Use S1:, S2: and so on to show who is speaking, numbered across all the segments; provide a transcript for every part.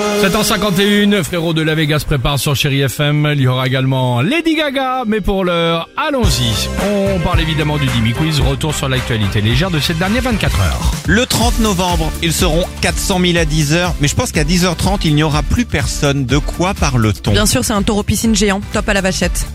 S1: 7h51, frérot de la Vegas prépare sur Chéri FM. Il y aura également Lady Gaga, mais pour l'heure, allons-y. On parle évidemment du Dimi Quiz, retour sur l'actualité légère de ces dernières 24 heures.
S2: Le 30 novembre, ils seront 400 000 à 10h, mais je pense qu'à 10h30, il n'y aura plus personne. De quoi parle-t-on
S3: Bien sûr, c'est un taureau piscine géant, top à la vachette.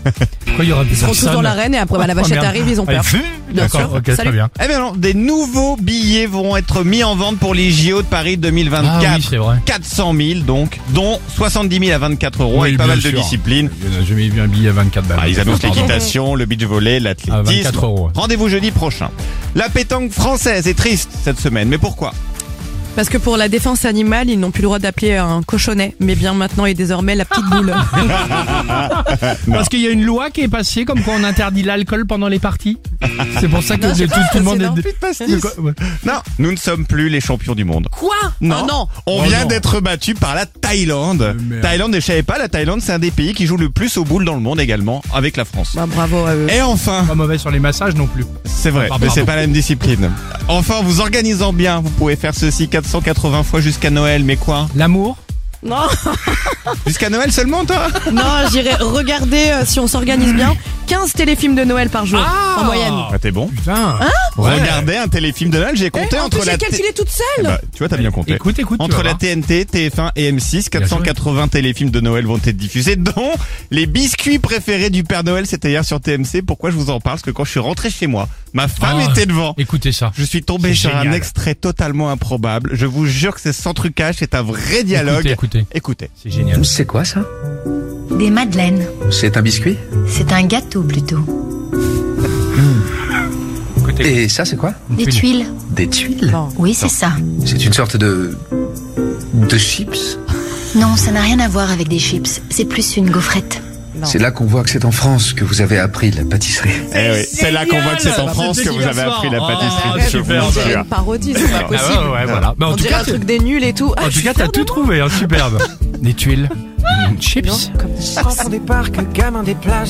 S1: Pourquoi il y aura des Ah,
S3: Ils se retrouvent dans l'arène et
S1: Oh,
S3: après, bah, la vachette arrive, ils ont peur. Bien
S1: D'accord,
S3: sûr.
S1: ok, très
S3: Salut.
S1: bien.
S2: Eh bien non, des nouveaux billets vont être mis en vente pour les JO de Paris 2024.
S1: Ah oui, c'est vrai.
S2: 400 000 donc, dont 70 000 à 24 euros
S1: Oui,
S2: avec pas
S1: bien
S2: mal de
S1: sûr.
S2: disciplines.
S1: Je n'ai jamais vu un billet à 24 balles.
S2: Ah, ils annoncent
S1: Pardon.
S2: l'équitation, le beach volley,
S1: À 24
S2: l'athlétisme.
S1: euros.
S2: Rendez-vous jeudi prochain. La pétanque française est triste cette semaine, mais pourquoi
S3: Parce que pour la défense animale, ils n'ont plus le droit d'appeler un cochonnet, mais bien maintenant et désormais la petite boule.
S1: Parce qu'il y a une loi qui est passée comme quoi on interdit l'alcool pendant les parties. C'est pour ça que
S3: Non,
S1: tout,
S3: c'est pas-
S1: tout le monde
S3: c'est
S1: est...
S3: dans le
S1: De quoi- ouais.
S2: Non, nous ne sommes plus les champions du monde.
S3: Quoi
S2: Non,
S3: Ah non
S2: on
S1: Oh
S2: vient
S1: non.
S2: d'être battu par la Thaïlande.
S1: Mais merde.
S2: Thaïlande, et je savais pas, la Thaïlande, c'est un des pays qui joue le plus au boule dans le monde également, avec la France.
S3: Bah, bravo à eux.
S2: Et enfin,
S3: Ah,
S1: Pas mauvais sur les massages non plus.
S2: c'est vrai,
S1: Pardon,
S2: mais c'est
S1: pardon.
S2: pas la même discipline. Enfin, en vous organisant bien, vous pouvez faire ceci 480 fois jusqu'à Noël, mais quoi
S1: L'amour
S3: Non,
S2: Jusqu'à Noël seulement, toi
S3: non j'irai regarder euh, si on s'organise bien 15 téléfilms de Noël par jour en moyenne.
S2: Ah, T'es bon
S1: Putain
S3: Hein
S1: Ouais.
S2: Regardez un téléfilm de Noël, j'ai compté
S3: Eh, en
S2: entre
S3: plus,
S2: la...
S3: j'ai
S2: T-
S3: calculé toute
S2: Eh
S3: seule.
S2: ben, tu vois, t'as bien compté.
S1: Écoute, écoute, tu vas
S2: Entre la
S1: voir.
S2: TNT, TF1 et M6,
S1: Bien sûr.
S2: 480 téléfilms de Noël vont être diffusés, dont les biscuits préférés du Père Noël, c'était hier sur TMC. Pourquoi je vous en parle Parce que quand je suis rentré chez moi, ma femme
S1: Ah.
S2: était devant.
S1: Écoutez ça.
S2: Je suis tombé
S1: C'est
S2: sur un
S1: génial.
S2: extrait totalement improbable. Je vous jure que c'est sans trucage, c'est un vrai dialogue.
S1: Écoutez, écoutez.
S2: Écoutez.
S1: C'est génial.
S4: C'est quoi ça
S5: Des madeleines.
S4: C'est un biscuit
S5: C'est un gâteau plutôt.
S1: Écoutez.
S4: Et ça c'est quoi
S5: Des
S1: Une
S5: tuiles.
S4: Des tuiles
S3: Bon.
S5: Oui, c'est ça.
S4: C'est une sorte de... de chips
S5: Non, ça n'a rien à voir avec des chips. C'est plus une gaufrette.
S3: Non.
S4: C'est là qu'on voit que c'est en France que vous avez appris la pâtisserie.
S2: Eh oui, c'est là qu'on voit que c'est en
S1: Bah,
S2: France
S1: c'était
S2: que vous
S1: hier
S2: avez
S1: soir.
S2: appris la
S1: Oh,
S2: pâtisserie.
S1: ouais,
S2: je
S1: super,
S2: vous
S3: On dirait
S2: jure.
S3: une parodie, c'est pas
S2: Ah ouais,
S3: possible.
S1: Ah ouais, ouais, voilà. Bah, en
S3: On
S1: tout
S3: dirait
S1: cas,
S3: un truc des nuls et tout. Ah,
S1: En
S3: je
S1: tout
S3: suis
S1: cas, t'as
S3: fière de
S1: tout trouvé, hein, superbe. Des tuiles, des chips.
S3: moi. Comme-
S6: Enfant des parcs, gamin des plages.